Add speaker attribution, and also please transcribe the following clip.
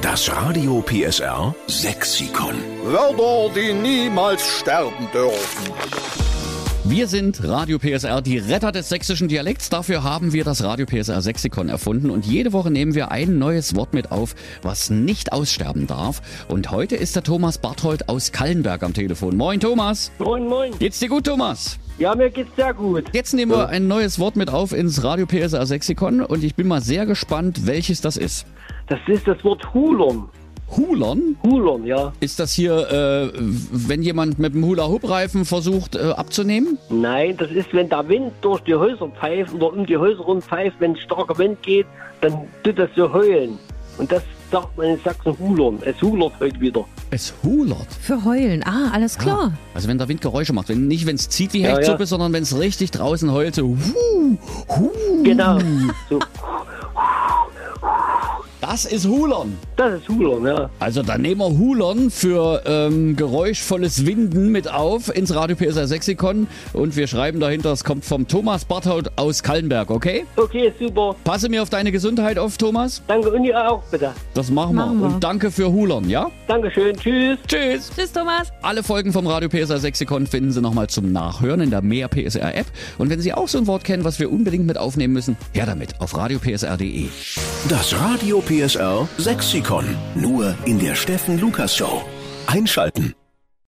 Speaker 1: Das Radio PSR Sexikon.
Speaker 2: Wörter, die niemals sterben dürfen.
Speaker 3: Wir sind Radio PSR, die Retter des sächsischen Dialekts. Dafür haben wir das Radio PSR Sexikon erfunden und jede Woche nehmen wir ein neues Wort mit auf, was nicht aussterben darf. Und heute ist der Thomas Barthold aus Kallenberg am Telefon. Moin Thomas.
Speaker 4: Moin, moin.
Speaker 3: Geht's dir gut, Thomas?
Speaker 4: Ja, mir geht's sehr gut.
Speaker 3: Jetzt nehmen wir ein neues Wort mit auf ins Radio PSR Sexikon und ich bin mal sehr gespannt, welches das ist.
Speaker 4: Das ist das Wort Hulon.
Speaker 3: Hulon?
Speaker 4: Hulon, ja.
Speaker 3: Ist das hier, äh, wenn jemand mit dem Hula-Hoop-Reifen versucht äh, abzunehmen?
Speaker 4: Nein, das ist, wenn der Wind durch die Häuser pfeift oder um die Häuser rum pfeift, wenn starker Wind geht, dann tut das so heulen. Und das sagt man in Sachsen Hulon. Es hulert heute wieder.
Speaker 3: Es hulert.
Speaker 5: Für heulen. Ah, alles klar.
Speaker 3: Also wenn der Wind Geräusche macht, wenn, nicht wenn es zieht wie
Speaker 4: ja.
Speaker 3: Hechtsuppe, sondern wenn es richtig draußen heult, so hu, hu.
Speaker 4: Genau. So,
Speaker 3: Das ist Hulon.
Speaker 4: das ist Hulon, ja.
Speaker 3: Also dann nehmen wir Hulon für ähm, geräuschvolles Winden mit auf ins Radio PSR Sexikon und wir schreiben dahinter, es kommt vom Thomas Barthold aus Kallenberg, okay?
Speaker 4: Okay, super.
Speaker 3: Passe mir auf deine Gesundheit auf, Thomas.
Speaker 4: Danke und ihr auch bitte.
Speaker 3: Das machen wir.
Speaker 5: Machen wir.
Speaker 3: Und danke für Hulon, ja?
Speaker 4: Dankeschön. Tschüss.
Speaker 3: Tschüss.
Speaker 5: Tschüss, Thomas.
Speaker 3: Alle Folgen vom Radio PSR Sexikon finden Sie nochmal zum Nachhören in der Mehr PSR App. Und wenn Sie auch so ein Wort kennen, was wir unbedingt mit aufnehmen müssen, her damit auf radiopsr.de.
Speaker 1: Das Radio PSR Sexikon. Nur in der Steffen Lukas Show. Einschalten.